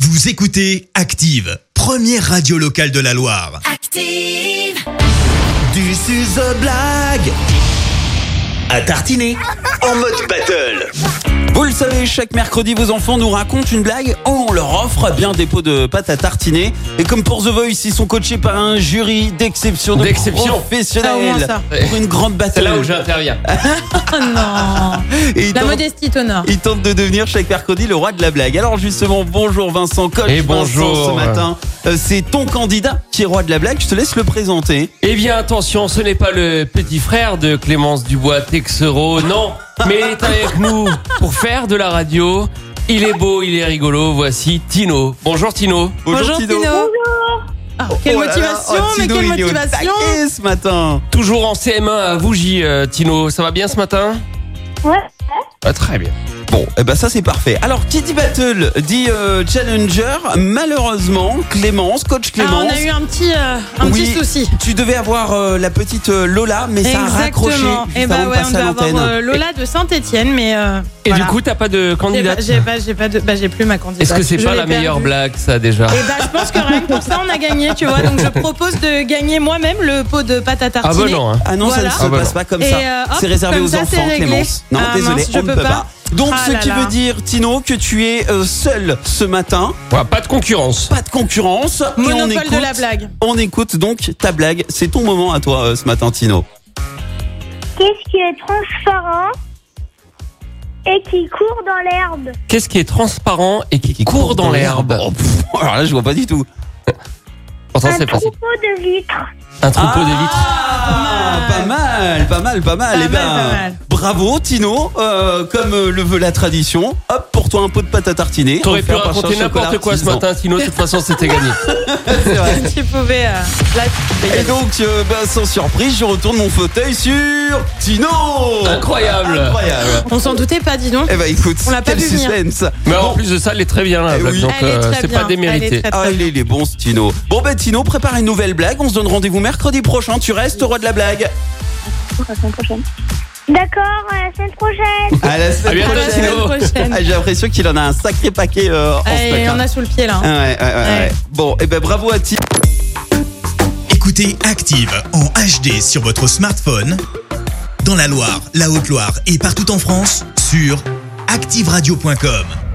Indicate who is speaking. Speaker 1: Vous écoutez Active, première radio locale de la Loire.
Speaker 2: Active.
Speaker 3: Du suzo blague à tartiner en mode battle.
Speaker 4: Vous le savez, chaque mercredi, vos enfants nous racontent une blague ou on leur offre bien des pots de pâte à tartiner. Et comme pour The Voice, ils sont coachés par un jury d'exception de
Speaker 5: D'exception.
Speaker 4: professionnels
Speaker 6: Ah, au moins ça.
Speaker 4: pour une grande
Speaker 5: C'est
Speaker 4: bataille.
Speaker 6: Euh,
Speaker 5: là où j'interviens.
Speaker 6: Oh non
Speaker 4: Et ils
Speaker 6: La
Speaker 4: tentent-
Speaker 6: modestie t'honore.
Speaker 4: ils tentent de devenir chaque mercredi le roi de la blague. Alors justement, bonjour Vincent Coach.
Speaker 5: Et
Speaker 4: Vincent,
Speaker 5: bonjour.
Speaker 4: ce matin, euh, c'est ton candidat qui est roi de la blague. Je te laisse le présenter.
Speaker 5: Eh bien, attention, ce n'est pas le petit frère de Clémence Dubois Texero, non, mais il est avec nous pour faire de la radio. Il est beau, il est rigolo. Voici Tino. Bonjour Tino.
Speaker 6: Ah, quelle
Speaker 4: Oh là là,
Speaker 6: motivation,
Speaker 4: oh,
Speaker 6: mais
Speaker 4: Tino,
Speaker 6: quelle
Speaker 4: il est au
Speaker 6: motivation
Speaker 4: taquet ce matin.
Speaker 5: Toujours en CM1 à Vougy, euh, Tino. Ça va bien ce matin
Speaker 2: Ouais.
Speaker 5: Ah, Très bien.
Speaker 4: Bon, eh ben ça c'est parfait. Alors, qui dit battle dit euh, challenger. Malheureusement, Clémence, coach
Speaker 6: Ah,
Speaker 4: Clémence,
Speaker 6: on a eu un petit, euh, un
Speaker 4: Oui.
Speaker 6: petit souci.
Speaker 4: tu devais avoir euh, la petite euh, Lola, mais ça a raccroché.
Speaker 6: Exactement.
Speaker 4: juste
Speaker 6: Et
Speaker 4: avant
Speaker 6: bah
Speaker 4: de
Speaker 6: ouais, on
Speaker 4: passer à
Speaker 6: doit avoir
Speaker 4: l'antenne.
Speaker 6: euh, Lola de Saint-Etienne, mais. euh,
Speaker 5: Et
Speaker 6: voilà.
Speaker 5: du coup, t'as pas de
Speaker 6: J'ai pas-
Speaker 5: candidate
Speaker 6: j'ai pas, j'ai pas de- bah, j'ai plus ma candidate.
Speaker 5: Est-ce que c'est
Speaker 6: Je
Speaker 5: pas
Speaker 6: l'ai
Speaker 5: la meilleure
Speaker 6: perdue.
Speaker 5: blague, ça déjà
Speaker 6: Et bah, je pense que rien que pour ça, on a gagné, tu vois. Donc, je propose de gagner moi-même le pot de pâte à
Speaker 5: Ah
Speaker 6: tartiner.
Speaker 5: bah non, hein.
Speaker 4: Ah non,
Speaker 6: Voilà.
Speaker 4: ça ne
Speaker 5: Ah
Speaker 4: se
Speaker 5: bah
Speaker 4: passe
Speaker 5: non.
Speaker 4: pas comme
Speaker 6: Et,
Speaker 4: ça.
Speaker 6: euh, hop,
Speaker 4: c'est réservé
Speaker 6: comme
Speaker 4: aux
Speaker 6: ça,
Speaker 4: enfants,
Speaker 6: c'est réglé.
Speaker 4: Clémence. Non,
Speaker 6: Ah,
Speaker 4: désolé,
Speaker 6: mince, je
Speaker 4: on ne
Speaker 6: peux
Speaker 4: peut pas.
Speaker 6: pas.
Speaker 4: Donc,
Speaker 6: Ah
Speaker 4: ce
Speaker 6: là
Speaker 4: qui
Speaker 6: là.
Speaker 4: veut dire, Tino, que tu es euh, seul ce matin,
Speaker 5: Ouais, Pas de concurrence.
Speaker 4: pas de concurrence. et on
Speaker 6: Monopole
Speaker 4: écoute,
Speaker 6: de la blague.
Speaker 4: On écoute donc ta blague. C'est ton moment à toi euh, ce matin, Tino.
Speaker 2: Qu'est-ce qui est transparent et qui court dans l'herbe
Speaker 5: Qu'est-ce qui est transparent et qui, court dans l'herbe
Speaker 4: Oh, pff, alors là, je vois pas du tout.
Speaker 5: Pourtant,
Speaker 2: Un
Speaker 5: c'est facile.
Speaker 2: troupeau de vitres.
Speaker 5: Un troupeau de vitres.
Speaker 4: Ah, pas mal, pas mal, pas mal.
Speaker 6: Pas
Speaker 4: Eh ben,
Speaker 6: mal, pas mal.
Speaker 4: bravo Tino, Euh, comme euh, le veut la tradition. Hop, pour toi un pot de pâte à tartiner.
Speaker 5: T'aurais pu
Speaker 4: Offert par
Speaker 5: raconter
Speaker 4: Charles
Speaker 5: n'importe
Speaker 4: Chocolat
Speaker 5: quoi ce
Speaker 4: Artisan.
Speaker 5: matin, sinon de toute façon c'était gagné.
Speaker 4: C'est vrai.
Speaker 6: Tu pouvais. euh, là, tu pouvais
Speaker 4: Et
Speaker 6: gagner.
Speaker 4: donc, euh, bah, sans surprise, je retourne mon fauteuil sur Tino.
Speaker 5: Incroyable
Speaker 4: Incroyable.
Speaker 6: On s'en doutait pas, dis donc.
Speaker 4: Eh ben écoute,
Speaker 6: On l'a pas
Speaker 4: quel
Speaker 6: vu venir.
Speaker 4: suspense.
Speaker 5: Mais en plus de ça, elle est très bien la
Speaker 4: Eh
Speaker 5: blague,
Speaker 4: oui.
Speaker 5: donc
Speaker 6: Elle est
Speaker 5: euh,
Speaker 6: très
Speaker 5: c'est
Speaker 6: bien,
Speaker 5: pas démérité.
Speaker 6: elle est très-
Speaker 4: Ah, il est, il est bon ce Tino. Bon ben Tino, prépare une nouvelle blague. On se donne rendez-vous mercredi prochain. Tu restes roi de la blague.
Speaker 2: D'accord, à la semaine prochaine.
Speaker 4: À la
Speaker 5: À
Speaker 4: semaine
Speaker 5: bientôt,
Speaker 6: À la
Speaker 4: prochaine.
Speaker 6: semaine
Speaker 5: Tino.
Speaker 6: prochaine.
Speaker 4: Ah, J'ai l'impression qu'il en a un sacré paquet euh, en stock,
Speaker 6: Allez,
Speaker 4: hein.
Speaker 6: on a sous le pied là. hein.
Speaker 4: Ah ouais, ouais, ouais, ouais.
Speaker 6: Ouais.
Speaker 4: Bon, et ben bravo à Tino.
Speaker 1: Écoutez Active en HD sur votre smartphone, dans la Loire, la Haute-Loire et partout en France, sur activeradio.com.